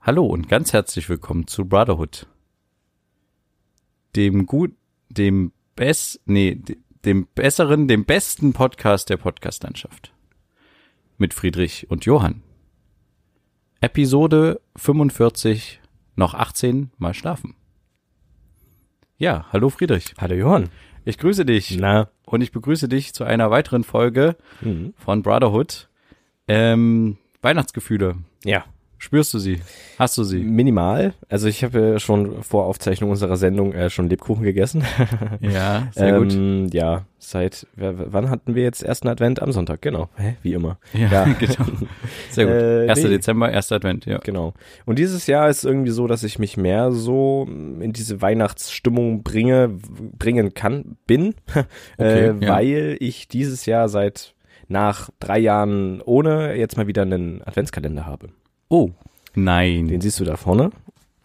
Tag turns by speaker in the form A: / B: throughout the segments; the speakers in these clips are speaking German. A: Hallo und ganz herzlich willkommen zu Brotherhood. Dem gut, dem bess, nee, de- dem besseren, dem besten Podcast der Podcastlandschaft. Mit Friedrich und Johann. Episode 45, noch 18 mal schlafen. Ja, hallo Friedrich.
B: Hallo Johann.
A: Ich grüße dich.
B: Na,
A: Und ich begrüße dich zu einer weiteren Folge
B: Mhm.
A: von Brotherhood. Ähm, Weihnachtsgefühle.
B: ja,
A: Spürst du sie? Hast du sie?
B: minimal. Also ich habe ja schon vor Aufzeichnung unserer Sendung äh, schon Lebkuchen gegessen.
A: Ja, sehr gut.
B: Ähm, ja, seit w- w- wann hatten wir jetzt ersten Advent am Sonntag? Genau, Hä? wie immer.
A: Ja, genau. Sehr gut.
B: Äh,
A: 1.
B: nee.
A: Dezember, 1. Advent, ja.
B: Genau. Und dieses Jahr ist irgendwie so, dass ich mich mehr so mm, in diese Weihnachtsstimmung bringe, w- bringen kann, bin, äh,
A: Okay, ja.
B: weil ich dieses Jahr seit nach drei Jahren ohne jetzt mal wieder einen Adventskalender habe.
A: Oh, nein.
B: Den siehst du da vorne,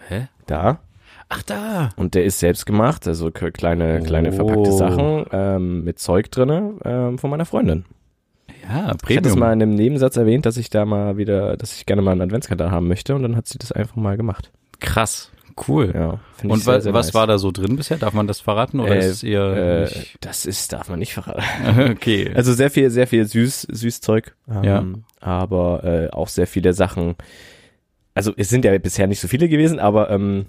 A: Hä?
B: da.
A: Ach, da.
B: Und der ist selbst gemacht, also k- kleine, kleine
A: Oh.
B: verpackte Sachen ähm, mit Zeug drinne ähm, von meiner Freundin.
A: Ja,
B: Ich hatte es
A: Premium.
B: mal in einem Nebensatz erwähnt, dass ich da mal wieder, dass ich gerne mal einen Adventskalender haben möchte und dann hat sie das einfach mal gemacht.
A: Krass. Cool.
B: Ja, find
A: Und
B: ich sehr,
A: wa-
B: sehr
A: was
B: nice.
A: war da so drin bisher? Darf man das verraten oder
B: Äh,
A: ist es eher
B: äh,
A: nicht?
B: das ist, darf man nicht verraten.
A: okay.
B: Also sehr viel, sehr viel süß, süß Zeug. Ähm,
A: Ja.
B: Aber äh, auch sehr viele Sachen. Also es sind ja bisher nicht so viele gewesen, aber ähm,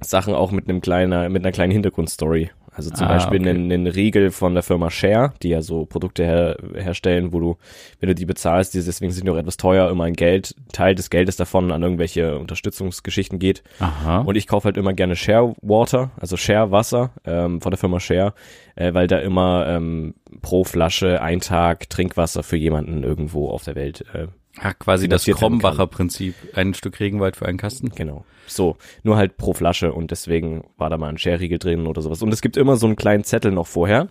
B: Sachen auch mit einem kleiner, mit einer kleinen Hintergrundstory. Also zum
A: Ah,
B: Beispiel
A: okay.
B: einen, einen Riegel von der Firma Share, die ja so Produkte her, herstellen, wo du, wenn du die bezahlst, die, deswegen sind die auch etwas teuer, immer ein Geld, Teil des Geldes davon an irgendwelche Unterstützungsgeschichten geht.
A: Aha.
B: Und ich kaufe halt immer gerne Share Water, also Share Wasser ähm, von der Firma Share, äh, weil da immer ähm, pro Flasche ein Tag Trinkwasser für jemanden irgendwo auf der Welt. Äh,
A: ah, quasi das
B: finanziert werden kann.
A: Krombacher Prinzip. Ein Stück Regenwald für einen Kasten.
B: genau. So, nur halt pro Flasche und deswegen war da mal ein Share-Riegel drin oder sowas. Und es gibt immer so einen kleinen Zettel noch vorher,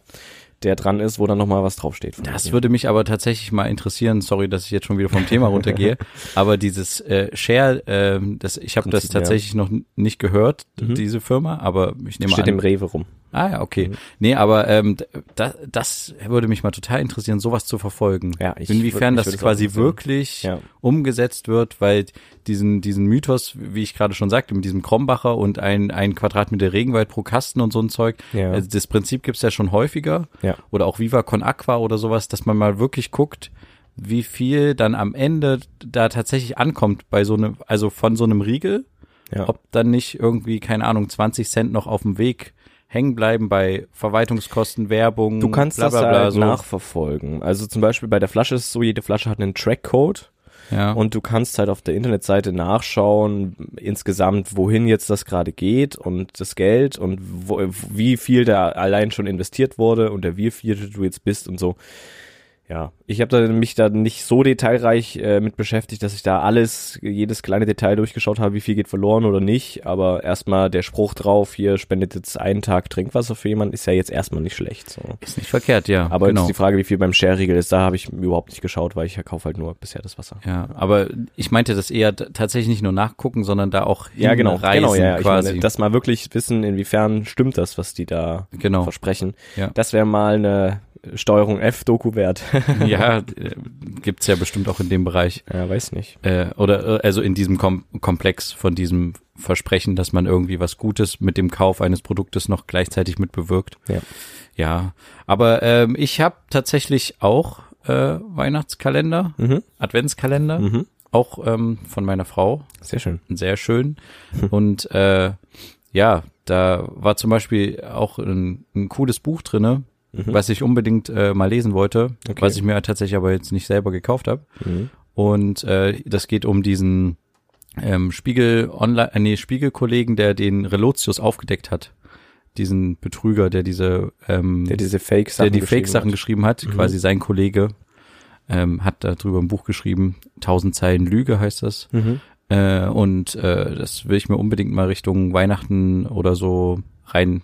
B: der dran ist, wo dann nochmal was draufsteht. von
A: Das
B: mir.
A: würde mich aber tatsächlich mal interessieren. Sorry, dass ich jetzt schon wieder vom Thema runtergehe. aber dieses äh, Share, ähm, das, ich habe das
B: Prinzip, ja. Mhm.
A: tatsächlich noch n- nicht gehört, diese Firma, aber ich nehme
B: steht
A: an.
B: im Rewe rum.
A: Ah ja,
B: Mhm.
A: okay. Nee, aber ähm, das, das würde mich mal total interessieren, sowas zu verfolgen.
B: Ja, ich würd-
A: Inwiefern
B: mich
A: das
B: würd's auch
A: quasi
B: interessieren.
A: wirklich
B: Ja.
A: umgesetzt wird, weil diesen, diesen Mythos, wie ich gerade schon sagte, mit diesem Krombacher und ein, ein Quadratmeter Regenwald pro Kasten und so ein Zeug,
B: Ja.
A: also das Prinzip gibt's ja schon häufiger.
B: Ja.
A: Oder auch Viva Con Aqua oder sowas, dass man mal wirklich guckt, wie viel dann am Ende da tatsächlich ankommt bei so einem, also von so einem Riegel
B: Ja.
A: ob dann nicht irgendwie, keine Ahnung, 20 Cent noch auf dem Weg hängen bleiben bei Verwaltungskosten, Werbung,
B: Du kannst
A: bla, bla,
B: das
A: bla,
B: halt
A: so.
B: nachverfolgen. Also zum Beispiel bei der Flasche ist es so, jede Flasche hat einen Trackcode.
A: Ja.
B: Und du kannst halt auf der Internetseite nachschauen, insgesamt, wohin jetzt das gerade geht und das Geld und wo, wie viel da allein schon investiert wurde und der wie viel du jetzt bist und so. Ja, ich habe da mich da nicht so detailreich äh, mit beschäftigt, dass ich da alles, jedes kleine Detail durchgeschaut habe, wie viel geht verloren oder nicht. Aber erstmal der Spruch drauf, hier spendet jetzt einen Tag Trinkwasser für jemanden, ist ja jetzt erstmal nicht schlecht. So.
A: ist nicht verkehrt, ja.
B: Aber
A: genau.
B: jetzt die Frage, wie viel beim Share-Riegel ist, da habe ich überhaupt nicht geschaut, weil ich ja kaufe halt nur bisher das Wasser.
A: ja, aber ich meinte das eher t- tatsächlich nicht nur nachgucken, sondern da auch
B: Ja, genau,
A: hinreisen
B: genau, ja, ja.
A: quasi.
B: Ich meine, dass mal wirklich wissen, inwiefern stimmt das, was die da
A: genau.
B: versprechen.
A: Ja.
B: Das wäre mal eine Steuerung F-Doku wert.
A: ja, äh, gibt's ja bestimmt auch in dem Bereich.
B: ja, weiß nicht.
A: Äh, oder äh, also in diesem Kom Komplex von diesem Versprechen, dass man irgendwie was Gutes mit dem Kauf eines Produktes noch gleichzeitig mit bewirkt.
B: Ja.
A: Ja, aber ähm, ich habe tatsächlich auch äh, Weihnachtskalender,
B: Mhm.
A: Adventskalender,
B: Mhm.
A: auch ähm, von meiner Frau,
B: Sehr schön.
A: sehr schön.
B: Hm.
A: Und äh, ja, da war zum Beispiel auch ein, ein cooles Buch drinne, was ich unbedingt äh, mal lesen wollte,
B: Mhm. Okay.
A: was ich mir tatsächlich aber jetzt nicht selber gekauft habe.
B: Mhm.
A: Und äh, das geht um diesen ähm, Spiegel Online, äh, nee, Spiegelkollegen, der den Relotius aufgedeckt hat. Diesen Betrüger, der diese, ähm,
B: Der diese Fake-Sachen
A: der die
B: geschrieben
A: Fake-Sachen
B: hat. Mhm.
A: geschrieben hat, quasi sein Kollege, ähm, hat darüber ein Buch geschrieben, 1000 Zeilen Lüge heißt das.
B: Mhm.
A: Äh, und äh, das will ich mir unbedingt mal Richtung Weihnachten oder so rein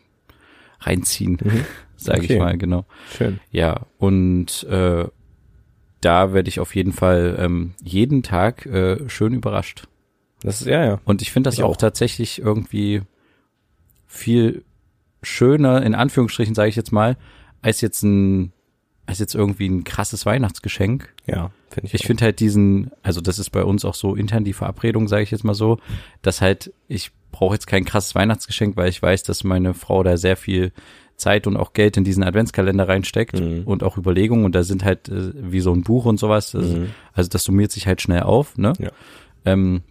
A: reinziehen,
B: Mhm.
A: sage ich
B: Okay.
A: mal, genau.
B: Schön.
A: Ja, und äh, da werde ich auf jeden Fall ähm, jeden Tag äh, schön überrascht.
B: Das ist, ja, ja.
A: Und ich finde das
B: Ich
A: auch,
B: auch.
A: tatsächlich irgendwie viel schöner, in Anführungsstrichen sage ich jetzt mal, als jetzt ein als jetzt irgendwie ein krasses Weihnachtsgeschenk.
B: Ja, finde ich.
A: Ich finde halt diesen, also das ist bei uns auch so intern die Verabredung, sage ich jetzt mal so, dass halt ich brauche jetzt kein krasses Weihnachtsgeschenk, weil ich weiß, dass meine Frau da sehr viel Zeit und auch Geld in diesen Adventskalender reinsteckt
B: Mhm.
A: und auch Überlegungen und da sind halt äh, wie so ein Buch und sowas. Das,
B: Mhm.
A: Also das summiert sich halt schnell auf, ne?
B: Ja.
A: Ähm,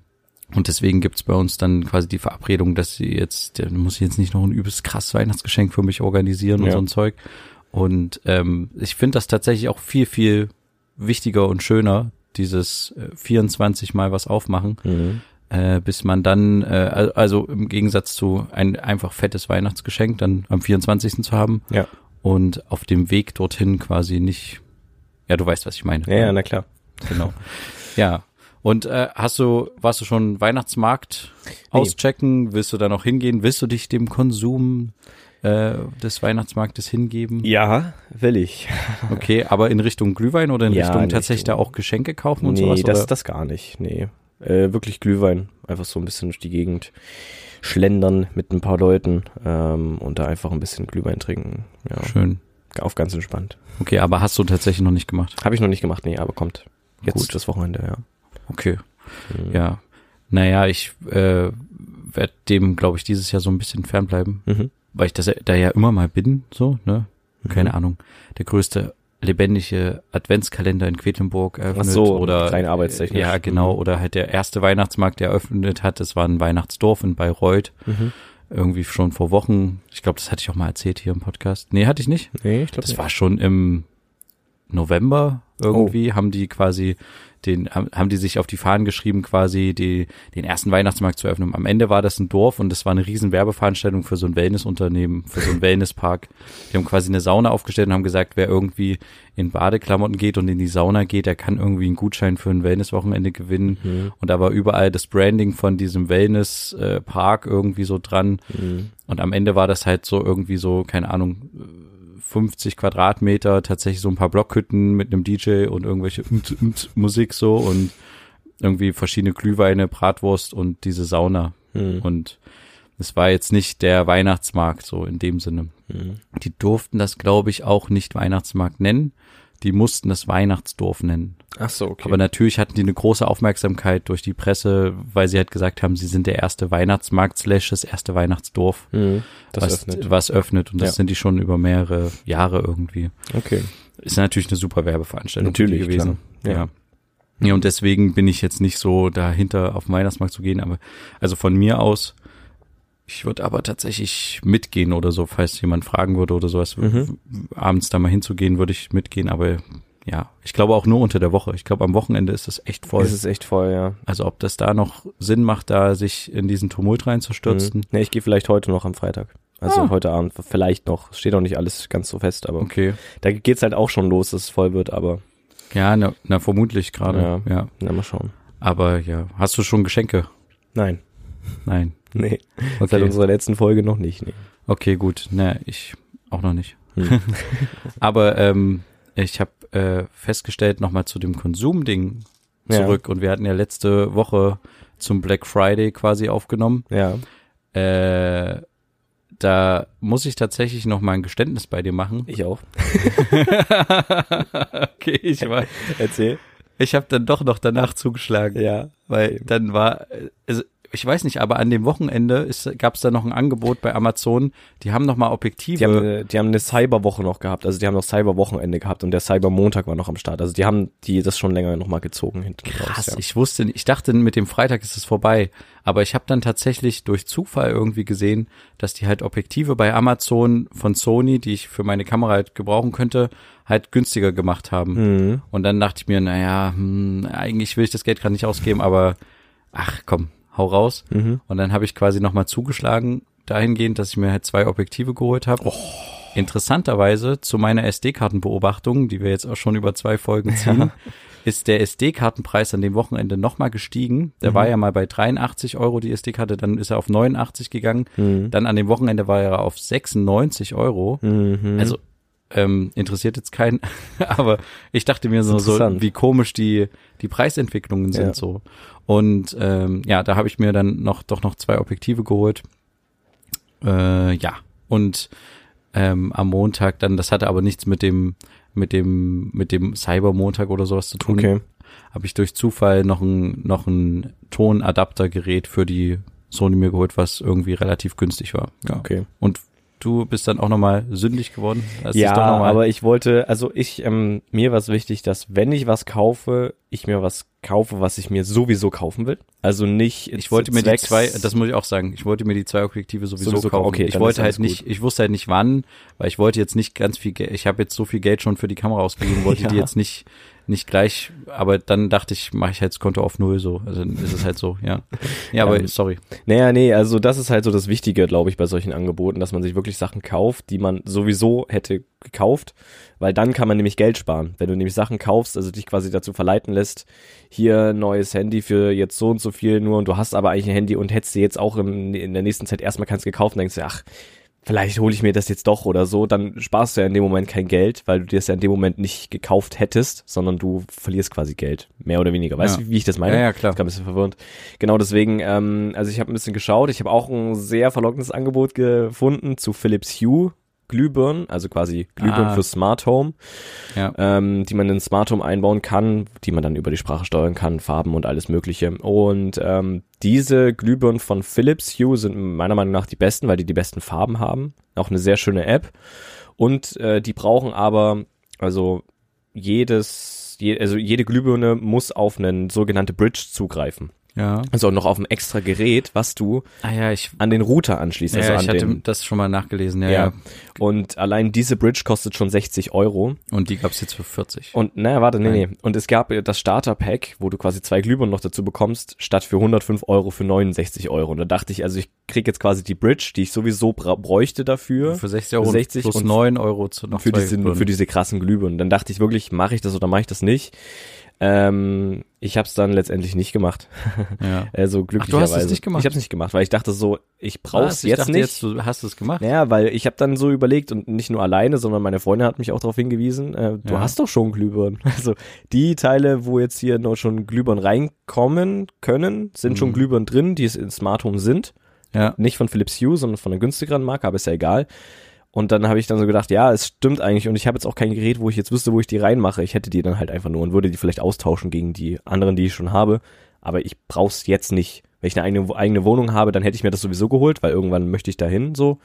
A: und deswegen gibt's bei uns dann quasi die Verabredung, dass sie jetzt, da muss ich jetzt nicht noch ein übelst krasses Weihnachtsgeschenk für mich organisieren und
B: Ja.
A: so ein Zeug. Und ähm, ich finde das tatsächlich auch viel, viel wichtiger und schöner, dieses äh, 24 Mal was aufmachen,
B: Mhm.
A: äh, bis man dann, äh, al- also im Gegensatz zu ein einfach fettes Weihnachtsgeschenk dann am 24. zu haben
B: Ja.
A: und auf dem Weg dorthin quasi nicht, ja, du weißt, was ich meine.
B: ja, ja, na klar.
A: Genau. Ja. Und äh, hast du, warst du schon Weihnachtsmarkt auschecken? Willst du da noch hingehen? Willst du dich dem Konsum äh, des Weihnachtsmarktes hingeben?
B: Ja, will ich.
A: Okay, aber in Richtung Glühwein oder in
B: Ja,
A: Richtung
B: in
A: tatsächlich da
B: Richtung-
A: auch Geschenke kaufen und
B: Nee,
A: sowas?
B: das,
A: oder?
B: das gar nicht. Nee. Äh, wirklich Glühwein. Einfach so ein bisschen durch die Gegend schlendern mit ein paar Leuten ähm, und da einfach ein bisschen Glühwein trinken. Ja,
A: Schön.
B: auf ganz entspannt.
A: Okay, aber hast du tatsächlich noch nicht gemacht.
B: Habe ich noch nicht gemacht, nee, aber kommt. Jetzt
A: Gut.
B: das Wochenende, ja.
A: Okay.
B: Mhm.
A: Ja. Naja, ich äh, werde dem, glaube ich, dieses Jahr so ein bisschen fernbleiben,
B: Mhm.
A: weil ich das, ja- da ja immer mal bin, so, ne? Keine Ahnung. Der größte lebendige Adventskalender in Quedlinburg eröffnet
B: so,
A: oder
B: rein arbeitstechnisch. Mhm.
A: Ja, genau, oder halt der erste Weihnachtsmarkt, der eröffnet hat, das war ein Weihnachtsdorf in Bayreuth,
B: Mhm.
A: irgendwie schon vor Wochen. Ich glaube, das hatte ich auch mal erzählt hier im Podcast. Nee, hatte ich nicht.
B: Nee, ich glaube
A: Das war schon im November irgendwie, haben die quasi den, haben haben die sich auf die Fahnen geschrieben, quasi die, den ersten Weihnachtsmarkt zu öffnen. Am Ende war das ein Dorf und das war eine riesen Werbeveranstaltung für so ein Wellnessunternehmen, für so einen Wellnesspark. Die haben quasi eine Sauna aufgestellt und haben gesagt, wer irgendwie in Badeklamotten geht und in die Sauna geht, der kann irgendwie einen Gutschein für ein Wellnesswochenende gewinnen. Und da war überall das Branding von diesem Wellnesspark irgendwie so dran.
B: Mhm.
A: Und am Ende war das halt so irgendwie so, keine Ahnung, 50 Quadratmeter, tatsächlich so ein paar Blockhütten mit einem DJ und irgendwelche Mt, Mt Musik so und irgendwie verschiedene Glühweine, Bratwurst und diese Sauna.
B: Mhm.
A: Und es war jetzt nicht der Weihnachtsmarkt so in dem Sinne.
B: Mhm.
A: Die durften das, glaube ich, auch nicht Weihnachtsmarkt nennen. Die mussten das Weihnachtsdorf nennen.
B: Ach so, okay.
A: Aber natürlich hatten die eine große Aufmerksamkeit durch die Presse, weil sie halt gesagt haben, sie sind der erste Weihnachtsmarkt slash das erste Weihnachtsdorf
B: mhm. Das
A: was,
B: öffnet.
A: was öffnet. Und das
B: Ja.
A: sind die schon über mehrere Jahre irgendwie.
B: Okay.
A: Ist natürlich eine super Werbeveranstaltung für die
B: Natürlich,
A: gewesen.
B: klar.
A: Ja.
B: Ja.
A: ja. und deswegen bin ich jetzt nicht so dahinter auf den Weihnachtsmarkt zu gehen, aber also von mir aus, ich würde aber tatsächlich mitgehen oder so, falls jemand fragen würde oder sowas,
B: Mhm.
A: abends da mal hinzugehen, würde ich mitgehen, aber ja, ich glaube auch nur unter der Woche. Ich glaube, am Wochenende ist das echt voll.
B: Es ist echt voll, ja. Mhm.
A: also ob das da noch Sinn macht, da sich in diesen Tumult reinzustürzen.
B: Mhm. Nee, ich gehe vielleicht heute noch am Freitag. Also
A: Ah.
B: heute Abend vielleicht noch. Steht auch nicht alles ganz so fest, aber
A: Okay.
B: da geht's halt auch schon los, dass es voll wird, aber
A: Ja, na, na vermutlich gerade. ja.
B: na mal schauen.
A: Aber ja, hast du schon Geschenke?
B: Nein.
A: Nein.
B: Nee. Seit
A: Okay,
B: unserer letzten Folge noch nicht. Nee.
A: okay gut. Na, ich auch noch nicht.
B: Hm.
A: Aber ähm, ich habe äh, festgestellt, nochmal zu dem Konsumding zurück. Und wir hatten ja letzte Woche zum Black Friday quasi aufgenommen.
B: Ja.
A: Äh, da muss ich tatsächlich noch mal ein Geständnis bei dir machen.
B: Ich auch.
A: okay, ich war,
B: Erzähl.
A: ich habe dann doch noch danach zugeschlagen.
B: Ja.
A: Weil dann war, also ich weiß nicht, aber an dem Wochenende gab es da noch ein Angebot bei Amazon. Die haben nochmal Objektive.
B: Die haben, eine, die haben eine Cyberwoche noch gehabt, also die haben noch Cyberwochenende gehabt und der Cybermontag war noch am Start. Also die haben die das schon länger nochmal gezogen hinten
A: Krass,
B: raus.
A: ich wusste nicht, ich dachte, mit dem Freitag ist es vorbei. Aber ich habe dann tatsächlich durch Zufall irgendwie gesehen, dass die halt Objektive bei Amazon von Sony, die ich für meine Kamera halt gebrauchen könnte, halt günstiger gemacht haben.
B: Ja. Mhm.
A: Und dann dachte ich mir, naja, hm, eigentlich will ich das Geld gerade nicht ausgeben, aber ach komm, hau raus.
B: Mhm.
A: Und dann habe ich quasi nochmal zugeschlagen, dahingehend, dass ich mir halt zwei Objektive geholt habe.
B: Oh.
A: Interessanterweise zu meiner SD-Kartenbeobachtung, die wir jetzt auch schon über zwei Folgen ziehen, ist der SD-Kartenpreis an dem Wochenende nochmal gestiegen.
B: Mhm.
A: Der war ja mal bei 83 Euro die SD-Karte, dann ist er auf 89 gegangen.
B: Mhm.
A: Dann an dem Wochenende war er auf 96 Euro.
B: Mhm.
A: Also ähm, interessiert jetzt keinen, aber ich dachte mir so, so
B: Interessant.
A: wie komisch die, die Preisentwicklungen sind
B: Ja.
A: so. Und ähm, ja, da habe ich mir dann noch doch noch zwei Objektive geholt. Äh, ja, und ähm, am Montag dann, das hatte aber nichts mit dem mit dem, mit dem Cybermontag oder sowas zu tun.
B: Okay.
A: Habe ich durch Zufall noch ein, noch ein Tonadaptergerät für die Sony mir geholt, was irgendwie relativ günstig war. Ja.
B: Okay.
A: Und du bist dann auch nochmal sündig geworden. Das
B: ja,
A: ist doch noch mal-
B: aber ich wollte, also ich, ähm, mir war es wichtig, dass wenn ich was kaufe, ich mir was kaufe, was ich mir sowieso kaufen will. Also nicht.
A: ich wollte mir die
B: zwecks-
A: zwei, das muss ich auch sagen, ich wollte mir die zwei Objektive sowieso,
B: Sowieso kaufen,
A: kaufen.
B: okay,
A: ich
B: dann ist
A: wollte halt
B: alles gut.
A: nicht, ich wusste halt nicht wann, weil ich wollte jetzt nicht ganz viel Geld, ich habe jetzt so viel Geld schon für die Kamera ausgegeben, wollte die
B: Ja.
A: jetzt nicht nicht gleich, aber dann dachte ich, mache ich halt das Konto auf null so, also dann ist es halt so, ja. Ja, aber
B: Ähm,
A: sorry.
B: Naja, nee, also das ist halt so das Wichtige, glaube ich, bei solchen Angeboten, dass man sich wirklich Sachen kauft, die man sowieso hätte gekauft, weil dann kann man nämlich Geld sparen. Wenn du nämlich Sachen kaufst, also dich quasi dazu verleiten lässt, hier neues Handy für jetzt so und so viel nur und du hast aber eigentlich ein Handy und hättest dir jetzt auch im, in der nächsten Zeit erstmal keins gekauft und denkst dir, ach, vielleicht hole ich mir das jetzt doch oder so, dann sparst du ja in dem Moment kein Geld, weil du dir das ja in dem Moment nicht gekauft hättest, sondern du verlierst quasi Geld, mehr oder weniger. Weißt
A: Ja.
B: du, wie ich das meine?
A: Ja, ja, klar.
B: Ich bin ein bisschen verwirrt. Genau deswegen, ähm, also ich habe ein bisschen geschaut, ich habe auch ein sehr verlockendes Angebot gefunden zu Philips Hue. Glühbirnen, also quasi Glühbirnen
A: Ah.
B: für Smart Home,
A: Ja.
B: ähm, die man in Smart Home einbauen kann, die man dann über die Sprache steuern kann, Farben und alles Mögliche. Und ähm, diese Glühbirnen von Philips Hue sind meiner Meinung nach die besten, weil die die besten Farben haben. Auch eine sehr schöne App. Und äh, die brauchen aber, also jedes, je, also jede Glühbirne muss auf einen sogenannte Bridge zugreifen.
A: Ja.
B: Also auch noch auf ein extra Gerät, was du
A: Ah ja, ich
B: an den Router anschließt.
A: ja,
B: also an
A: ich hatte
B: den,
A: das schon mal nachgelesen, ja,
B: ja.
A: ja.
B: Und allein diese Bridge kostet schon 60 Euro.
A: Und die gab's jetzt für 40.
B: Und naja, warte, nee,
A: Nein.
B: nee. Und es gab äh, das Starter-Pack, wo du quasi zwei Glühbirnen noch dazu bekommst, statt für 105 Euro für 69 Euro. Und da dachte ich, also ich krieg jetzt quasi die Bridge, die ich sowieso bra- bräuchte dafür.
A: für 60 Euro
B: 60
A: plus
B: und
A: 9 Euro zu noch
B: für
A: zwei
B: diese,
A: Birnen.
B: für diese krassen Glühbirnen. Dann dachte ich wirklich, mache ich das oder mache ich das nicht? Ähm, ich habe es dann letztendlich nicht gemacht.
A: ja.
B: Also
A: du hast es
B: glücklicherweise.
A: nicht gemacht?
B: Ich habe es nicht gemacht, weil ich dachte so, ich
A: Was?
B: brauch's
A: Ich
B: jetzt
A: dachte
B: nicht.
A: Jetzt, du hast es gemacht.
B: Naja, weil ich habe dann so überlegt und nicht nur alleine, sondern meine Freundin hat mich auch darauf hingewiesen, äh, du
A: Ja.
B: hast doch schon Glühbirnen. Also die Teile, wo jetzt hier noch schon Glühbirnen reinkommen können, sind schon
A: Mhm.
B: Glühbirnen drin, die es in Smart Home sind.
A: Ja.
B: Nicht von Philips Hue, sondern von einer günstigeren Marke, aber ist ja egal. Und dann habe ich dann so gedacht, ja, es stimmt eigentlich und ich habe jetzt auch kein Gerät, wo ich jetzt wüsste, wo ich die reinmache. Ich hätte die dann halt einfach nur und würde die vielleicht austauschen gegen die anderen, die ich schon habe. Aber ich brauch's jetzt nicht. Wenn ich eine eigene, eigene Wohnung habe, dann hätte ich mir das sowieso geholt, weil irgendwann möchte ich dahin so.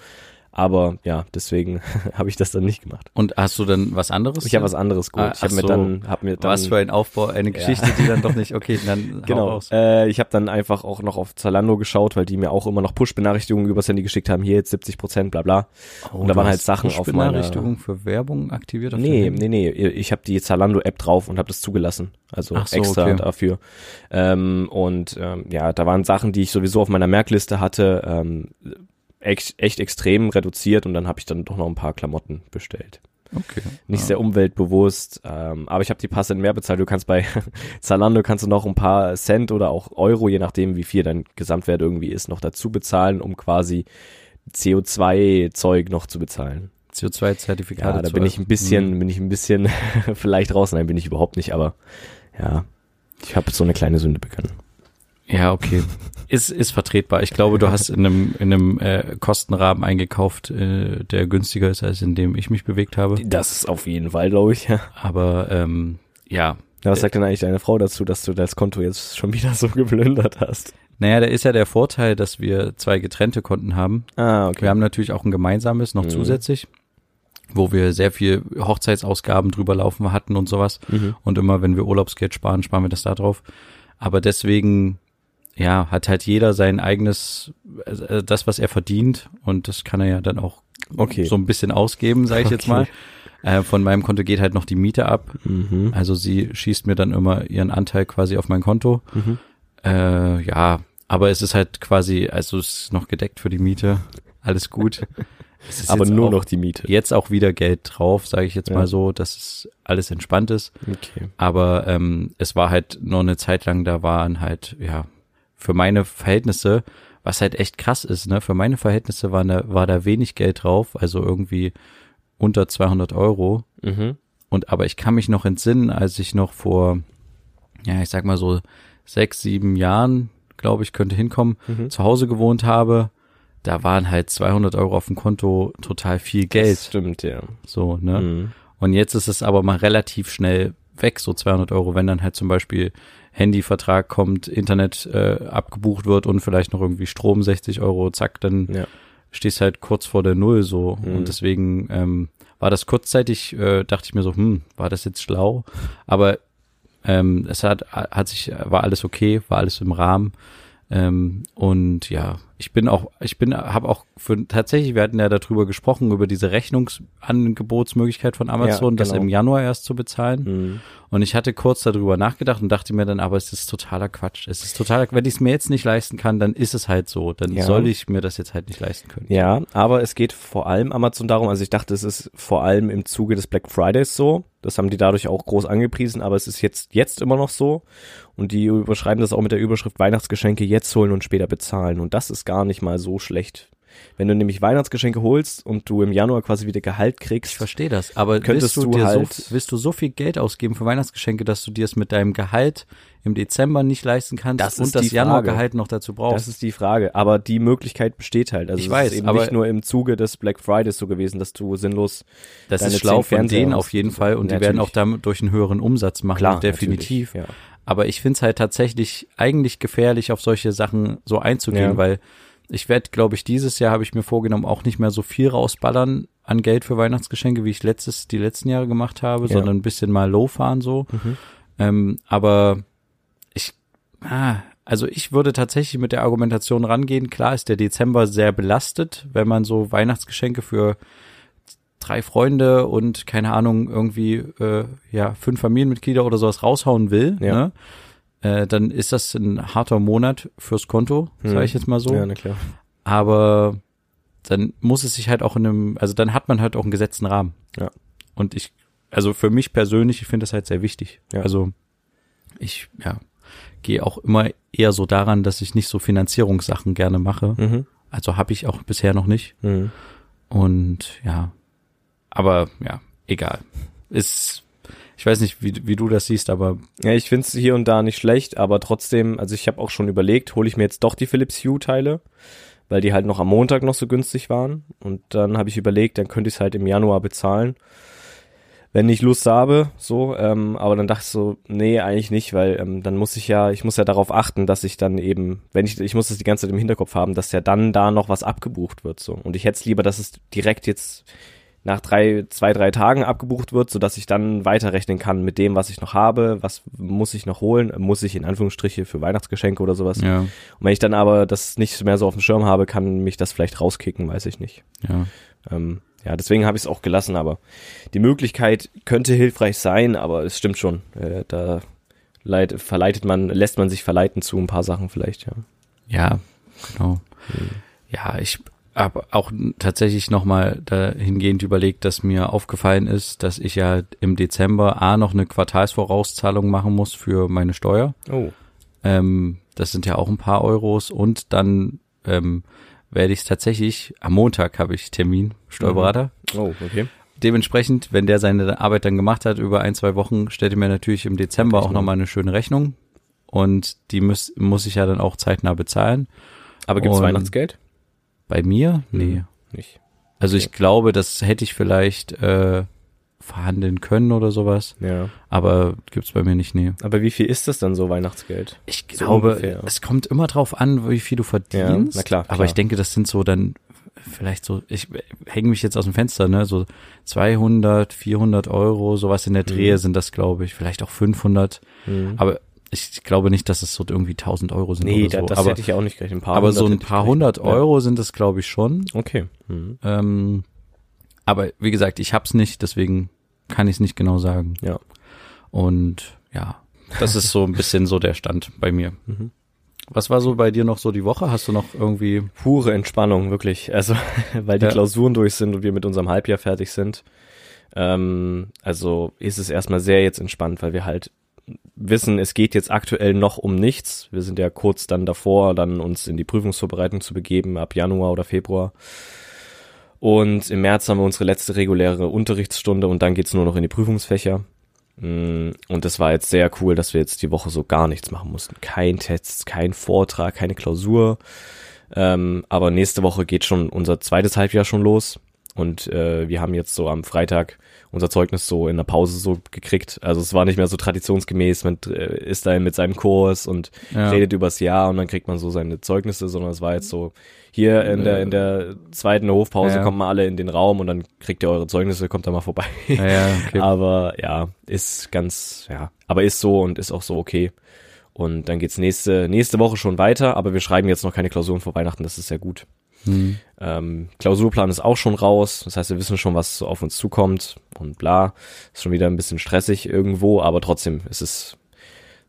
B: Aber ja, deswegen habe ich das dann nicht gemacht.
A: Und hast du dann was anderes?
B: Ich habe was anderes geholt.
A: Ah,
B: ich habe
A: ach
B: mir
A: so.
B: dann, hab mir dann
A: Was für ein Aufbau, eine Geschichte, die dann doch nicht, okay, dann hau
B: Genau.
A: raus.
B: Äh, ich habe dann einfach auch noch auf Zalando geschaut, weil die mir auch immer noch Push-Benachrichtigungen übers Handy geschickt haben. Hier jetzt 70 Prozent, bla bla.
A: Oh,
B: und da waren halt Sachen auf meiner-
A: Benachrichtigung für Werbung aktiviert? auf
B: Nee,
A: dem Handy?
B: nee, nee. Ich habe die Zalando-App drauf und habe das zugelassen. Also
A: Ach so,
B: extra
A: okay.
B: dafür. Ähm, und ähm, ja, da waren Sachen, die ich sowieso auf meiner Merkliste hatte, ähm, echt, echt extrem reduziert und dann habe ich dann doch noch ein paar Klamotten bestellt.
A: Okay.
B: Nicht sehr umweltbewusst, ähm, aber ich habe die passend mehr bezahlt. Du kannst bei Zalando kannst du noch ein paar Cent oder auch Euro, je nachdem wie viel dein Gesamtwert irgendwie ist, noch dazu bezahlen, um quasi CO2-Zeug noch zu bezahlen.
A: CO2-Zertifikate.
B: Ja, da
A: zu
B: bin ich
A: essen.
B: ein bisschen,
A: Hm.
B: bin ich ein bisschen vielleicht raus. Nein, bin ich überhaupt nicht, aber ja, ich habe so eine kleine Sünde begangen.
A: Ja, okay. Ist, ist vertretbar. Ich glaube, du hast in einem, in einem äh, Kostenrahmen eingekauft, äh, der günstiger ist, als in dem ich mich bewegt habe.
B: Das ist auf jeden Fall, glaube ich. Ja.
A: Aber ähm, ja,
B: Was sagt denn eigentlich deine Frau dazu, dass du das Konto jetzt schon wieder so geplündert hast?
A: Naja, da ist ja der Vorteil, dass wir zwei getrennte Konten haben.
B: Ah, okay.
A: Wir haben natürlich auch ein gemeinsames noch
B: Mhm.
A: zusätzlich, wo wir sehr viel Hochzeitsausgaben drüber laufen hatten und sowas.
B: Mhm.
A: Und immer, wenn wir Urlaubsgeld sparen, sparen wir das da drauf. Aber deswegen, ja, hat halt jeder sein eigenes, äh, das, was er verdient. Und das kann er ja dann auch
B: Okay.
A: so ein bisschen ausgeben, sage ich jetzt
B: Okay.
A: mal. Äh, von meinem Konto geht halt noch die Miete ab.
B: Mhm.
A: Also sie schießt mir dann immer ihren Anteil quasi auf mein Konto.
B: Mhm.
A: Äh, ja, aber es ist halt quasi, also es ist noch gedeckt für die Miete. Alles gut. Es ist
B: Aber
A: jetzt
B: nur
A: auch,
B: noch die Miete.
A: jetzt auch wieder Geld drauf, sage ich jetzt
B: Ja.
A: mal so, dass es alles entspannt ist.
B: Okay.
A: Aber ähm, es war halt noch eine Zeit lang, da waren halt, ja, für meine Verhältnisse, was halt echt krass ist, ne? Für meine Verhältnisse waren da, war da wenig Geld drauf, also irgendwie unter 200 Euro.
B: Mhm.
A: Und aber ich kann mich noch entsinnen, als ich noch vor, ja, ich sag mal so sechs, sieben Jahren, glaube ich, könnte hinkommen,
B: Mhm.
A: zu Hause gewohnt habe. Da waren halt 200 Euro auf dem Konto total viel
B: Das
A: Geld.
B: stimmt, ja.
A: So, ne?
B: Mhm.
A: Und Und jetzt ist es aber mal relativ schnell weg, so 200 Euro, wenn dann halt zum Beispiel Handyvertrag kommt, Internet äh, abgebucht wird und vielleicht noch irgendwie Strom 60 Euro, zack, dann
B: Ja.
A: stehst halt kurz vor der Null so.
B: Mhm.
A: Und deswegen ähm, war das kurzzeitig, äh, dachte ich mir so, hm, war das jetzt schlau? Aber ähm, es hat, hat sich, war alles okay, war alles im Rahmen. Ähm, und ja, ich bin auch, ich bin, habe auch für tatsächlich, wir hatten ja darüber gesprochen, über diese Rechnungsangebotsmöglichkeit von Amazon, das
B: genau. Mhm.
A: im Januar erst zu bezahlen. Und ich hatte kurz darüber nachgedacht und dachte mir dann, aber es ist totaler Quatsch. Es ist totaler, wenn ich es mir jetzt nicht leisten kann, dann ist es halt so. Dann
B: Ja.
A: soll ich mir das jetzt halt nicht leisten können.
B: Ja, aber es geht vor allem Amazon darum, also ich dachte, es ist vor allem im Zuge des Black Fridays so. Das haben die dadurch auch groß angepriesen, aber es ist jetzt, jetzt immer noch so. Und die überschreiben das auch mit der Überschrift Weihnachtsgeschenke jetzt holen und später bezahlen. Und das ist gar nicht mal so schlecht. Wenn du nämlich Weihnachtsgeschenke holst und du im Januar quasi wieder Gehalt
A: Ich
B: kriegst,
A: verstehe das, aber
B: Könntest
A: willst du,
B: du
A: dir
B: halt-
A: so, willst du so viel Geld ausgeben für Weihnachtsgeschenke, dass du dir es mit deinem Gehalt im Dezember nicht leisten kannst
B: Das
A: und
B: ist
A: das
B: die Frage.
A: Januargehalt noch dazu
B: das
A: brauchst?
B: ist die Frage. Aber die Möglichkeit besteht halt. Also
A: Ich
B: es
A: weiß,
B: ist eben
A: aber-
B: nicht nur im Zuge des Black Fridays so gewesen, dass du sinnlos
A: Das
B: deine
A: ist schlau
B: zehn
A: von
B: Fernseher
A: denen
B: hast.
A: auf jeden Fall und die werden
B: Natürlich.
A: auch damit durch einen höheren Umsatz machen,
B: Klar,
A: definitiv.
B: natürlich, ja.
A: Aber ich finde es halt tatsächlich eigentlich gefährlich, auf solche Sachen so einzugehen,
B: Ja.
A: weil ich werde, glaube ich, dieses Jahr habe ich mir vorgenommen, auch nicht mehr so viel rausballern an Geld für Weihnachtsgeschenke, wie ich letztes, die letzten Jahre gemacht habe, sondern ein bisschen mal low fahren so.
B: Mhm.
A: Ähm, aber ich, ah, also ich würde tatsächlich mit der Argumentation rangehen. Klar ist der Dezember sehr belastet, wenn man so Weihnachtsgeschenke für drei Freunde und keine Ahnung irgendwie äh, ja fünf Familienmitglieder oder sowas raushauen will,
B: Ja.
A: ne? Äh, dann ist das ein harter Monat fürs Konto, sag sage ich jetzt mal so.
B: Hm. Ja, na klar.
A: Aber dann muss es sich halt auch in einem, also dann hat man halt auch einen gesetzten Rahmen.
B: Ja.
A: Und ich, also für mich persönlich, ich finde das halt sehr wichtig.
B: Ja.
A: Also ich, ja, gehe auch immer eher so daran, dass ich nicht so Finanzierungssachen gerne mache.
B: Mhm.
A: Also habe ich auch bisher noch nicht.
B: Mhm.
A: Und ja, aber ja, egal. Ist, ich weiß nicht, wie, wie du das siehst, aber
B: Ja, ich find's hier und da nicht schlecht, aber trotzdem, also ich habe auch schon überlegt, hole ich mir jetzt doch die Philips Hue-Teile, weil die halt noch am Montag noch so günstig waren. Und dann habe ich überlegt, dann könnte ich es halt im Januar bezahlen, wenn ich Lust habe, so. Ähm, aber dann dachte ich so, nee, eigentlich nicht, weil ähm, dann muss ich ja, ich muss ja darauf achten, dass ich dann eben, wenn ich, ich muss das die ganze Zeit im Hinterkopf haben, dass ja dann da noch was abgebucht wird, so. Und ich hätte lieber, dass es direkt jetzt nach drei, zwei, drei Tagen abgebucht wird, sodass ich dann weiterrechnen kann mit dem, was ich noch habe, was muss ich noch holen, muss ich in Anführungsstriche für Weihnachtsgeschenke oder sowas.
A: ja,
B: Und wenn ich dann aber das nicht mehr so auf dem Schirm habe, kann mich das vielleicht rauskicken, weiß ich nicht.
A: ja.
B: Ähm, ja, deswegen habe ich es auch gelassen, aber die Möglichkeit könnte hilfreich sein, aber es stimmt schon. Äh, da leit, verleitet man, lässt man sich verleiten zu ein paar Sachen vielleicht, ja.
A: Ja, genau. Ja, ich habe auch tatsächlich nochmal dahingehend überlegt, dass mir aufgefallen ist, dass ich ja im Dezember A noch eine Quartalsvorauszahlung machen muss für meine Steuer.
B: Oh.
A: Ähm, das sind ja auch ein paar Euros und dann ähm, werde ich es tatsächlich, am Montag habe ich Termin, Steuerberater.
B: Oh, okay.
A: Dementsprechend, wenn der seine Arbeit dann gemacht hat über ein, zwei Wochen, stellt er mir natürlich im Dezember auch nochmal eine schöne Rechnung. Und die muss, muss ich ja dann auch zeitnah bezahlen.
B: Aber gibt's
A: Und-
B: Weihnachtsgeld?
A: Bei mir? Nee.
B: Nicht.
A: Also ich glaube, das hätte ich vielleicht äh, verhandeln können oder sowas.
B: Ja.
A: Aber gibt's bei mir nicht, nee.
B: Aber wie viel ist das dann so, Weihnachtsgeld?
A: Ich
B: So
A: glaube,
B: ungefähr.
A: es kommt immer drauf an, wie viel du verdienst.
B: Ja, na klar,
A: Aber
B: klar.
A: ich denke, das sind so dann vielleicht so, ich hänge mich jetzt aus dem Fenster, ne, so 200, 400 Euro, sowas in der Drehe sind das, glaube ich, vielleicht auch 500. Aber ich glaube nicht, dass es so irgendwie 1000 Euro sind
B: Hm. Nee,
A: oder so.
B: da, das
A: aber,
B: hätte ich ja auch nicht gerechnet. Ein paar
A: aber so ein
B: hundert hätte ich
A: paar
B: gerechnet.
A: hundert
B: Ja.
A: Euro sind es, glaube ich, schon.
B: Okay. Mhm.
A: Ähm, aber wie gesagt, ich hab's nicht, deswegen kann ich es nicht genau sagen.
B: Ja.
A: Und ja, das ist so ein bisschen so der Stand bei mir. Mhm. Was war so bei dir noch so die Woche? Hast du noch irgendwie
B: Pure Entspannung, wirklich. Also, weil die
A: Ja.
B: Klausuren durch sind und wir mit unserem Halbjahr fertig sind. Ähm, also ist es erstmal sehr jetzt entspannt, weil wir halt wissen, es geht jetzt aktuell noch um nichts. Wir sind ja kurz dann davor, dann uns in die Prüfungsvorbereitung zu begeben, ab Januar oder Februar. Und im März haben wir unsere letzte reguläre Unterrichtsstunde und dann geht's nur noch in die Prüfungsfächer. Mm, Und das war jetzt sehr cool, dass wir jetzt die Woche so gar nichts machen mussten. Kein Test, kein Vortrag, keine Klausur. Ähm, aber nächste Woche geht schon unser zweites Halbjahr schon los. Und äh, wir haben jetzt so am Freitag unser Zeugnis so in der Pause so gekriegt. Also es war nicht mehr so traditionsgemäß, man äh, ist da mit seinem Kurs und
A: Ja.
B: redet übers Jahr und dann kriegt man so seine Zeugnisse, sondern es war jetzt so, hier in der, in der zweiten Hofpause
A: Ja.
B: kommt mal alle in den Raum und dann kriegt ihr eure Zeugnisse, kommt da mal vorbei.
A: Ja, ja, okay.
B: Aber ja, ist ganz, ja, aber ist so und ist auch so okay. Und dann geht's nächste, nächste Woche schon weiter, aber wir schreiben jetzt noch keine Klausuren vor Weihnachten, das ist sehr gut.
A: Hm.
B: Ähm, Klausurplan ist auch schon raus, das heißt, wir wissen schon, was so auf uns zukommt und bla. Ist schon wieder ein bisschen stressig irgendwo, aber trotzdem ist es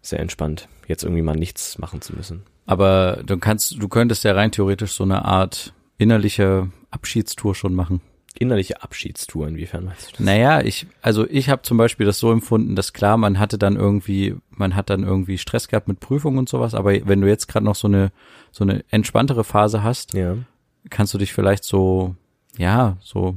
B: sehr entspannt, jetzt irgendwie mal nichts machen zu müssen.
A: Aber du kannst, du könntest ja rein theoretisch so eine Art innerliche Abschiedstour schon machen.
B: Innerliche Abschiedstour, inwiefern meinst du das?
A: Naja, ich, also ich habe zum Beispiel das so empfunden, dass klar, man hatte dann irgendwie, man hat dann irgendwie Stress gehabt mit Prüfungen und sowas, aber wenn du jetzt gerade noch so eine, so eine entspanntere Phase hast,
B: Ja.
A: kannst du dich vielleicht so, ja, so,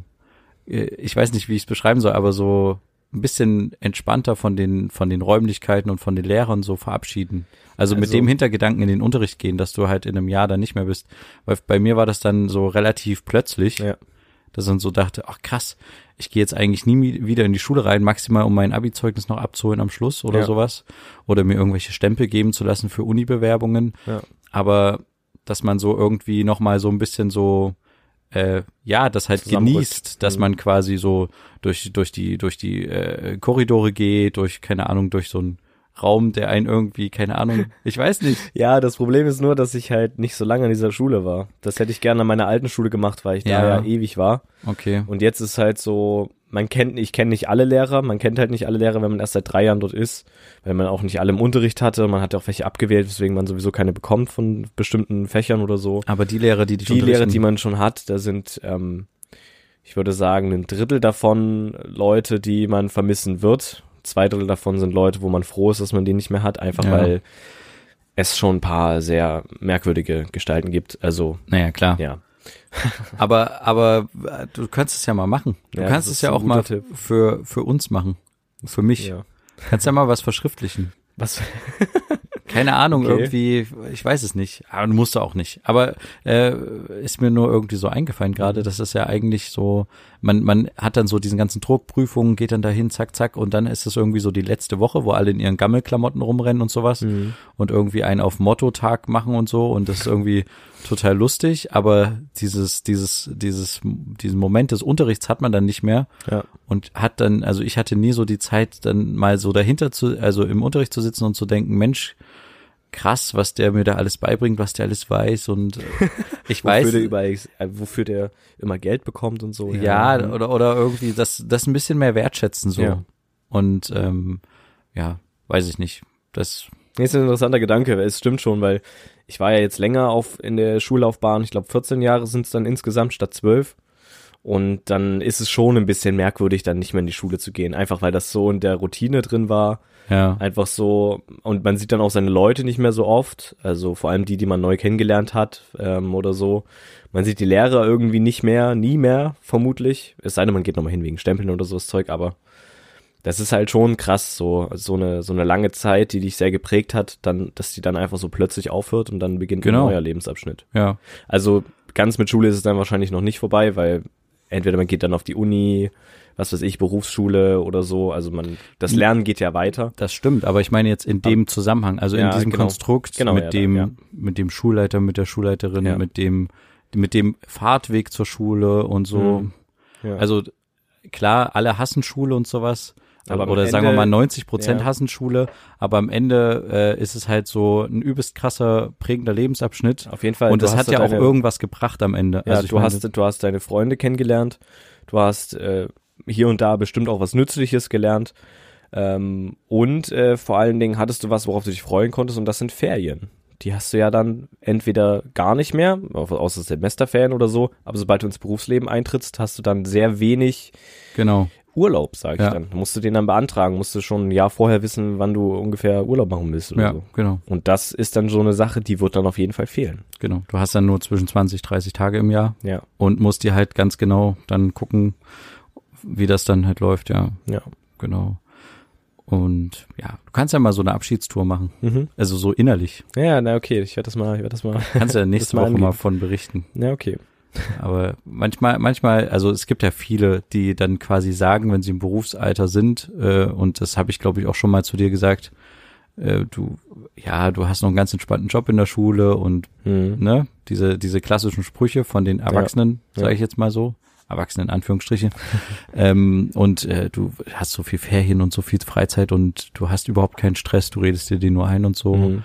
A: äh, ich weiß nicht, wie ich es beschreiben soll, aber so ein bisschen entspannter von den, von den Räumlichkeiten und von den Lehrern so verabschieden. Also, mit
B: Also-
A: dem Hintergedanken in den Unterricht gehen, dass du halt in einem Jahr dann nicht mehr bist. Weil bei mir war das dann so relativ plötzlich,
B: Ja.
A: dass ich dann so dachte, ach krass, ich gehe jetzt eigentlich nie mi- wieder in die Schule rein, maximal um mein Abi-Zeugnis noch abzuholen am Schluss oder
B: Ja.
A: sowas. Oder mir irgendwelche Stempel geben zu lassen für Uni-Bewerbungen.
B: Ja.
A: Aber dass man so irgendwie nochmal so ein bisschen so, äh, ja, das halt
B: Zusammenrückt.
A: genießt, dass
B: Mhm.
A: man quasi so durch, durch die, durch die äh, Korridore geht, durch, keine Ahnung, durch so einen Raum, der einen irgendwie, keine Ahnung, ich weiß nicht.
B: Ja, das Problem ist nur, dass ich halt nicht so lange an dieser Schule war. Das hätte ich gerne an meiner alten Schule gemacht, weil ich da
A: Ja.
B: ja ewig war.
A: Okay.
B: Und jetzt ist halt so, man kennt, ich kenne nicht alle Lehrer, man kennt halt nicht alle Lehrer, wenn man erst seit drei Jahren dort ist, weil man auch nicht alle im Unterricht hatte, man hat ja auch welche abgewählt, weswegen man sowieso keine bekommt von bestimmten Fächern oder so.
A: Aber die Lehrer, die dich
B: Die Lehrer, die
A: unterrichten-
B: man schon hat, da sind, ähm, ich würde sagen, ein Drittel davon Leute, die man vermissen wird. Zwei Drittel davon sind Leute, wo man froh ist, dass man die nicht mehr hat, einfach
A: Ja.
B: weil es schon ein paar sehr merkwürdige Gestalten gibt. Also,
A: Naja, klar.
B: ja.
A: Aber, aber äh, du kannst es ja mal machen. Du
B: Ja,
A: kannst
B: das
A: es
B: ist
A: ja
B: ein
A: auch
B: guter
A: mal
B: Tipp.
A: für, für uns machen. Für mich.
B: ja.
A: Kannst ja mal was verschriftlichen.
B: Was?
A: Keine Ahnung,
B: Okay.
A: irgendwie, ich weiß es nicht. Aber musst du auch nicht. Aber äh, ist mir nur irgendwie so eingefallen gerade, dass das ja eigentlich so, man, man hat dann so diesen ganzen Druck, Prüfungen, geht dann dahin, zack, zack, und dann ist es irgendwie so die letzte Woche, wo alle in ihren Gammelklamotten rumrennen und sowas und irgendwie einen auf Motto-Tag machen und so und das ist irgendwie total lustig, aber dieses, dieses, dieses, diesen Moment des Unterrichts hat man dann nicht mehr
B: Ja.
A: und hat dann, also ich hatte nie so die Zeit, dann mal so dahinter zu, also im Unterricht zu sitzen und zu denken, Mensch, krass, was der mir da alles beibringt, was der alles weiß und äh, ich
B: Wofür
A: weiß.
B: der, überall, äh, wofür der immer Geld bekommt und so. Mhm.
A: Ja, oder, oder irgendwie das, das ein bisschen mehr wertschätzen so.
B: Ja.
A: Und ähm, ja, weiß ich nicht. Das
B: Nee, ist ein interessanter Gedanke, weil es stimmt schon, weil ich war ja jetzt länger auf in der Schullaufbahn, ich glaube 14 Jahre sind es dann insgesamt statt 12. Und dann ist es schon ein bisschen merkwürdig, dann nicht mehr in die Schule zu gehen, einfach weil das so in der Routine drin war,
A: ja.
B: einfach so und man sieht dann auch seine Leute nicht mehr so oft, also vor allem die, die man neu kennengelernt hat ähm, oder so. Man sieht die Lehrer irgendwie nicht mehr, nie mehr vermutlich. Es sei denn, man geht nochmal hin wegen Stempeln oder so das Zeug, aber das ist halt schon krass, so so eine so eine lange Zeit, die dich sehr geprägt hat, dann, dass die dann einfach so plötzlich aufhört und dann beginnt
A: Genau.
B: ein neuer Lebensabschnitt.
A: Ja.
B: Also ganz mit Schule ist es dann wahrscheinlich noch nicht vorbei, weil entweder man geht dann auf die Uni, was weiß ich, Berufsschule oder so. Also man, das Lernen geht ja weiter.
A: Das stimmt, aber ich meine jetzt in dem Zusammenhang, also in
B: Ja,
A: diesem
B: genau.
A: Konstrukt
B: Genau,
A: mit
B: ja,
A: dem
B: ja.
A: mit dem Schulleiter, mit der Schulleiterin,
B: Ja.
A: mit dem mit dem Fahrtweg zur Schule und so.
B: Mhm. Ja.
A: Also klar, alle hassen Schule und sowas.
B: Aber am
A: oder sagen wir
B: Ende-
A: mal 90 Prozent
B: ja.
A: hassen Schule, aber am Ende äh, ist es halt so ein übelst krasser prägender Lebensabschnitt.
B: Auf jeden Fall.
A: und
B: du
A: das hat
B: hast da
A: ja auch
B: deine-
A: irgendwas gebracht am Ende.
B: Ja,
A: Also ich
B: du,
A: meine,
B: hast, du hast deine Freunde kennengelernt. Du hast äh, hier und da bestimmt auch was Nützliches gelernt. Ähm, und äh, vor allen Dingen hattest du was, worauf du dich freuen konntest, und das sind Ferien. Die hast du ja dann entweder gar nicht mehr, au- außer Semesterferien oder so, aber sobald du ins Berufsleben eintrittst, hast du dann sehr wenig
A: genau.
B: Urlaub, sag ich
A: Ja.
B: dann. Musst du den dann beantragen, musst du schon ein Jahr vorher wissen, wann du ungefähr Urlaub machen willst oder
A: Ja,
B: so.
A: genau,
B: Und das ist dann so eine Sache, die wird dann auf jeden Fall fehlen.
A: genau. Du hast dann nur zwischen 20, 30 Tage im Jahr
B: Ja,
A: und musst dir halt ganz genau dann gucken, wie das dann halt läuft, ja,
B: ja.
A: genau. Und ja, du kannst ja mal so eine Abschiedstour machen,
B: Mhm.
A: also so innerlich.
B: Ja, na okay, ich werde das mal, ich werde das mal.
A: Kannst ja nächste
B: mal
A: Woche mal
B: angehen.
A: von berichten.
B: Ja, okay.
A: Aber manchmal, manchmal, also es gibt ja viele, die dann quasi sagen, wenn sie im Berufsalter sind, äh, und das habe ich, glaube ich, auch schon mal zu dir gesagt, äh, du, ja, du hast noch einen ganz entspannten Job in der Schule und
B: Mhm.
A: ne, diese, diese klassischen Sprüche von den Erwachsenen,
B: Ja.
A: sage ich jetzt mal so. Erwachsenen in Anführungsstriche. ähm, und äh, du hast so viel Ferien und so viel Freizeit und du hast überhaupt keinen Stress, du redest dir den nur ein und so.
B: Mhm.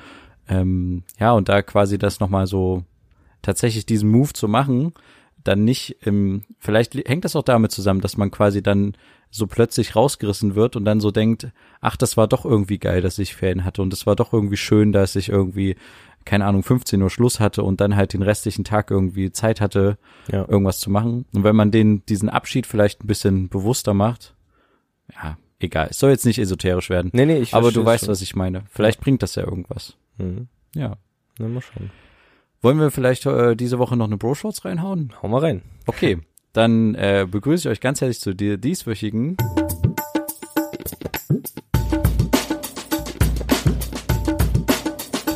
A: Ähm, ja, und da quasi das nochmal so tatsächlich diesen Move zu machen, dann nicht im, vielleicht li- hängt das auch damit zusammen, dass man quasi dann so plötzlich rausgerissen wird und dann so denkt, ach, das war doch irgendwie geil, dass ich Ferien hatte und es war doch irgendwie schön, dass ich irgendwie, keine Ahnung, 15 Uhr Schluss hatte und dann halt den restlichen Tag irgendwie Zeit hatte,
B: Ja.
A: irgendwas zu machen. Und wenn man den, diesen Abschied vielleicht ein bisschen bewusster macht, ja, egal. Es soll jetzt nicht esoterisch werden.
B: Nee, nee, ich
A: aber
B: verstehe
A: du weißt,
B: schon.
A: was ich meine. Vielleicht bringt das ja irgendwas.
B: Mhm.
A: Ja.
B: Na, mal schauen.
A: Wollen wir vielleicht äh, diese Woche noch eine Bro-Shorts reinhauen?
B: Hau mal rein.
A: Okay, dann äh, begrüße ich euch ganz herzlich zu dir dieswöchigen.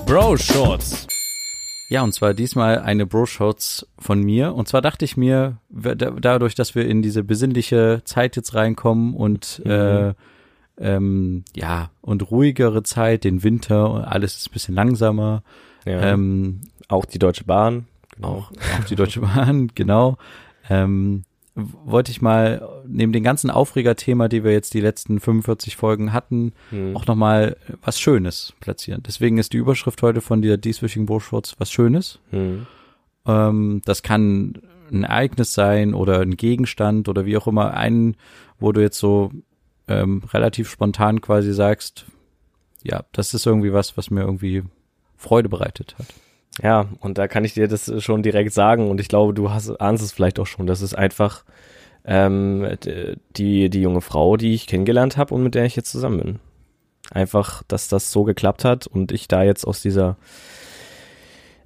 B: Bro Shorts.
A: Ja, und zwar diesmal eine Bro-Shorts von mir. Und zwar dachte ich mir, w- da- dadurch, dass wir in diese besinnliche Zeit jetzt reinkommen und äh, ähm, ja, und ruhigere Zeit, den Winter, und alles ist ein bisschen langsamer.
B: Ja.
A: Ähm,
B: auch die Deutsche Bahn. Genau.
A: auch, auch die Deutsche Bahn, genau. Ähm, w- wollte ich mal neben dem ganzen Aufregerthema, die wir jetzt die letzten 45 Folgen hatten, Mhm.
B: Hm.
A: auch nochmal was Schönes platzieren. Deswegen ist die Überschrift heute von der dieswöchigen Burschwurz was Schönes.
B: Mhm.
A: Ähm, das kann ein Ereignis sein oder ein Gegenstand oder wie auch immer. Einen, wo du jetzt so ähm, relativ spontan quasi sagst, ja, das ist irgendwie was, was mir irgendwie Freude bereitet hat.
B: Ja, und da kann ich dir das schon direkt sagen und ich glaube, du hast, ahnst es vielleicht auch schon. Das ist einfach ähm, d- die, die junge Frau, die ich kennengelernt habe und mit der ich jetzt zusammen bin. Einfach, dass das so geklappt hat und ich da jetzt aus dieser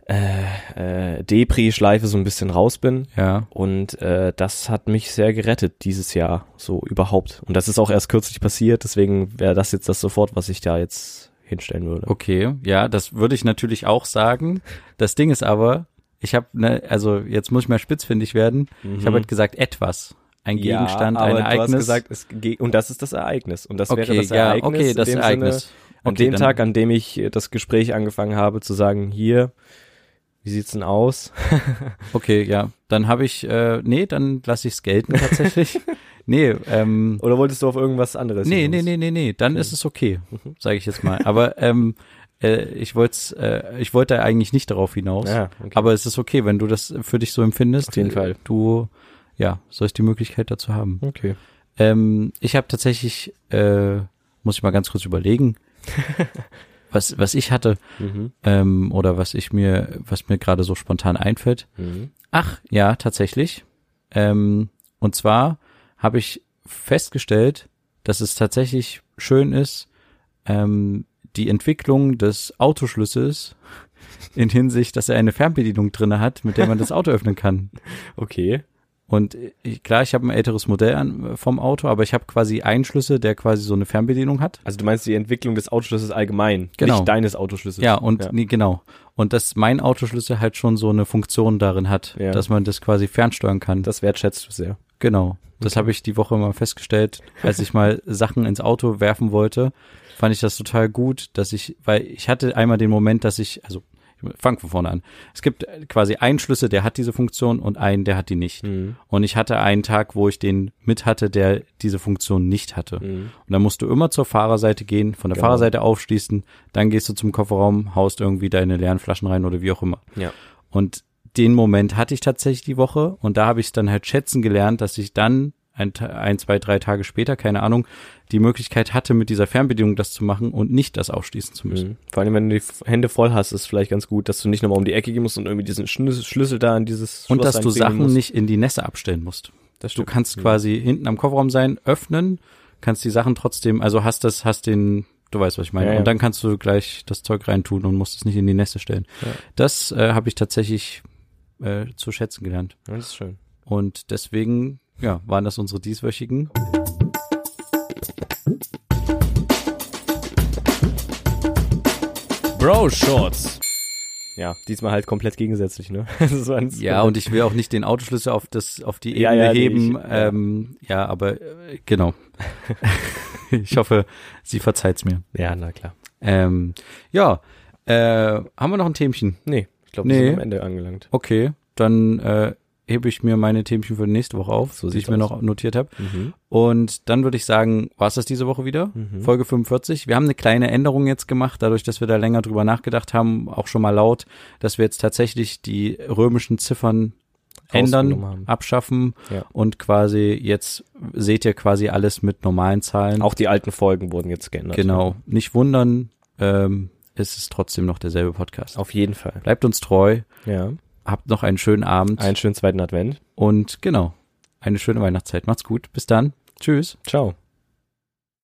B: äh, äh, Depri-Schleife so ein bisschen raus bin.
A: Ja,
B: Und äh, das hat mich sehr gerettet dieses Jahr, so überhaupt. Und das ist auch erst kürzlich passiert, deswegen wäre das jetzt das sofort, was ich da jetzt hinstellen würde.
A: Okay, ja, das würde ich natürlich auch sagen. Das Ding ist aber, ich habe, ne, also jetzt muss ich mal spitzfindig werden. Ich habe halt gesagt etwas, ein Gegenstand,
B: Mhm. aber
A: ein
B: Du hast
A: Ereignis.
B: gesagt, es ge- und das ist das Ereignis. Und das wäre
A: okay,
B: das
A: ja,
B: Ereignis.
A: okay,
B: in
A: das
B: dem
A: Ereignis.
B: Sinne, an
A: okay,
B: dem
A: dann-
B: Tag, an dem ich äh, das Gespräch angefangen habe, zu sagen, hier, wie sieht's denn aus?
A: Okay, ja, dann habe ich, äh, nee, dann lasse ich es gelten tatsächlich. nee, ähm,
B: Oder wolltest du auf irgendwas anderes?
A: nee, nee,
B: hinaus?
A: nee, nee, nee, dann ist es okay,
B: Mhm.
A: sage ich jetzt mal. Aber ähm, äh, ich wollte, äh, ich wollte eigentlich nicht darauf hinaus.
B: Ja, Ah, okay.
A: Aber es ist okay, wenn du das für dich so empfindest.
B: Auf jeden Fall. Mhm.
A: Du, ja, sollst die Möglichkeit dazu haben.
B: Okay.
A: Ähm, ich habe tatsächlich, äh, muss ich mal ganz kurz überlegen, was, was ich hatte
B: Mhm.
A: ähm, oder was ich mir, was mir gerade so spontan einfällt.
B: Mhm.
A: Ach, ja, tatsächlich. Ähm, und zwar habe ich festgestellt, dass es tatsächlich schön ist, ähm, die Entwicklung des Autoschlüssels in Hinsicht, dass er eine Fernbedienung drinne hat, mit der man das Auto öffnen kann.
B: Okay.
A: Und ich, klar, ich habe ein älteres Modell an, vom Auto, aber ich habe quasi einen Schlüssel, der quasi so eine Fernbedienung hat.
B: Also du meinst die Entwicklung des Autoschlüssels allgemein,
A: Genau.
B: nicht deines Autoschlüssels.
A: Ja, und
B: Ja.
A: Nee, genau. Und dass mein Autoschlüssel halt schon so eine Funktion darin hat,
B: Ja.
A: dass man das quasi fernsteuern kann.
B: Das wertschätzt du sehr.
A: genau. Das habe ich die Woche mal festgestellt, als ich mal Sachen ins Auto werfen wollte, fand ich das total gut, dass ich, weil ich hatte einmal den Moment, dass ich, also ich fang von vorne an. Es gibt äh, quasi einen Schlüssel, der hat diese Funktion und einen, der hat die nicht. Und ich hatte einen Tag, wo ich den mit hatte, der diese Funktion nicht hatte. Und dann musst du immer zur Fahrerseite gehen, von der
B: Genau.
A: Fahrerseite aufschließen, dann gehst du zum Kofferraum, haust irgendwie deine leeren Flaschen rein oder wie auch immer.
B: Ja.
A: Und den Moment hatte ich tatsächlich die Woche und da habe ich es dann halt schätzen gelernt, dass ich dann ein, Ta- ein, zwei, drei Tage später, keine Ahnung, die Möglichkeit hatte, mit dieser Fernbedienung das zu machen und nicht das aufschließen zu müssen.
B: Mhm. Vor allem, wenn du die F- Hände voll hast, ist vielleicht ganz gut, dass du nicht nochmal um die Ecke gehen musst und irgendwie diesen Schlüssel, Schlüssel da in dieses
A: Und
B: Schloss
A: dass du
B: reinbringen
A: Sachen
B: musst.
A: nicht in die Nässe abstellen musst. Du
B: Das stimmt. Mhm.
A: kannst quasi hinten am Kofferraum sein, öffnen, kannst die Sachen trotzdem, also hast das, hast den, du weißt, was ich meine.
B: Ja, ja.
A: Und dann kannst du gleich das Zeug reintun und musst es nicht in die Nässe stellen.
B: Ja.
A: Das äh, habe ich tatsächlich äh, zu schätzen gelernt.
B: Ja, Das ist schön.
A: Und deswegen, ja, waren das unsere dieswöchigen.
B: Bro Shorts. ja, diesmal halt komplett gegensätzlich, ne?
A: ja, und ich will auch nicht den Autoschlüssel auf das, auf die Ebene
B: Ja, ja, nee,
A: heben.
B: ich- ja.
A: ähm, ja, aber äh, genau. ich hoffe, sie verzeiht's mir.
B: ja, na klar.
A: Ähm, ja, äh, haben wir noch ein Themchen?
B: Nee, ich glaube,
A: Nee.
B: wir sind am Ende angelangt.
A: Okay, dann äh, hebe ich mir meine Themchen für nächste Woche auf,
B: So
A: die ich
B: sieht's
A: mir
B: aus.
A: noch notiert habe.
B: Mhm.
A: Und dann würde ich sagen, war es das diese Woche wieder? Folge 45. Wir haben eine kleine Änderung jetzt gemacht, dadurch, dass wir da länger drüber nachgedacht haben, auch schon mal laut, dass wir jetzt tatsächlich die römischen Ziffern ändern,
B: Rausgenommen haben.
A: abschaffen
B: Ja.
A: und quasi jetzt seht ihr quasi alles mit normalen Zahlen.
B: Auch die alten Folgen wurden jetzt geändert.
A: genau. Nicht wundern, ähm, es ist trotzdem noch derselbe Podcast.
B: Auf jeden Fall.
A: Bleibt uns treu,
B: Ja.
A: habt noch einen schönen Abend
B: Einen schönen zweiten Advent.
A: und genau, eine schöne Weihnachtszeit. Macht's gut. Bis dann. Tschüss.
B: Ciao.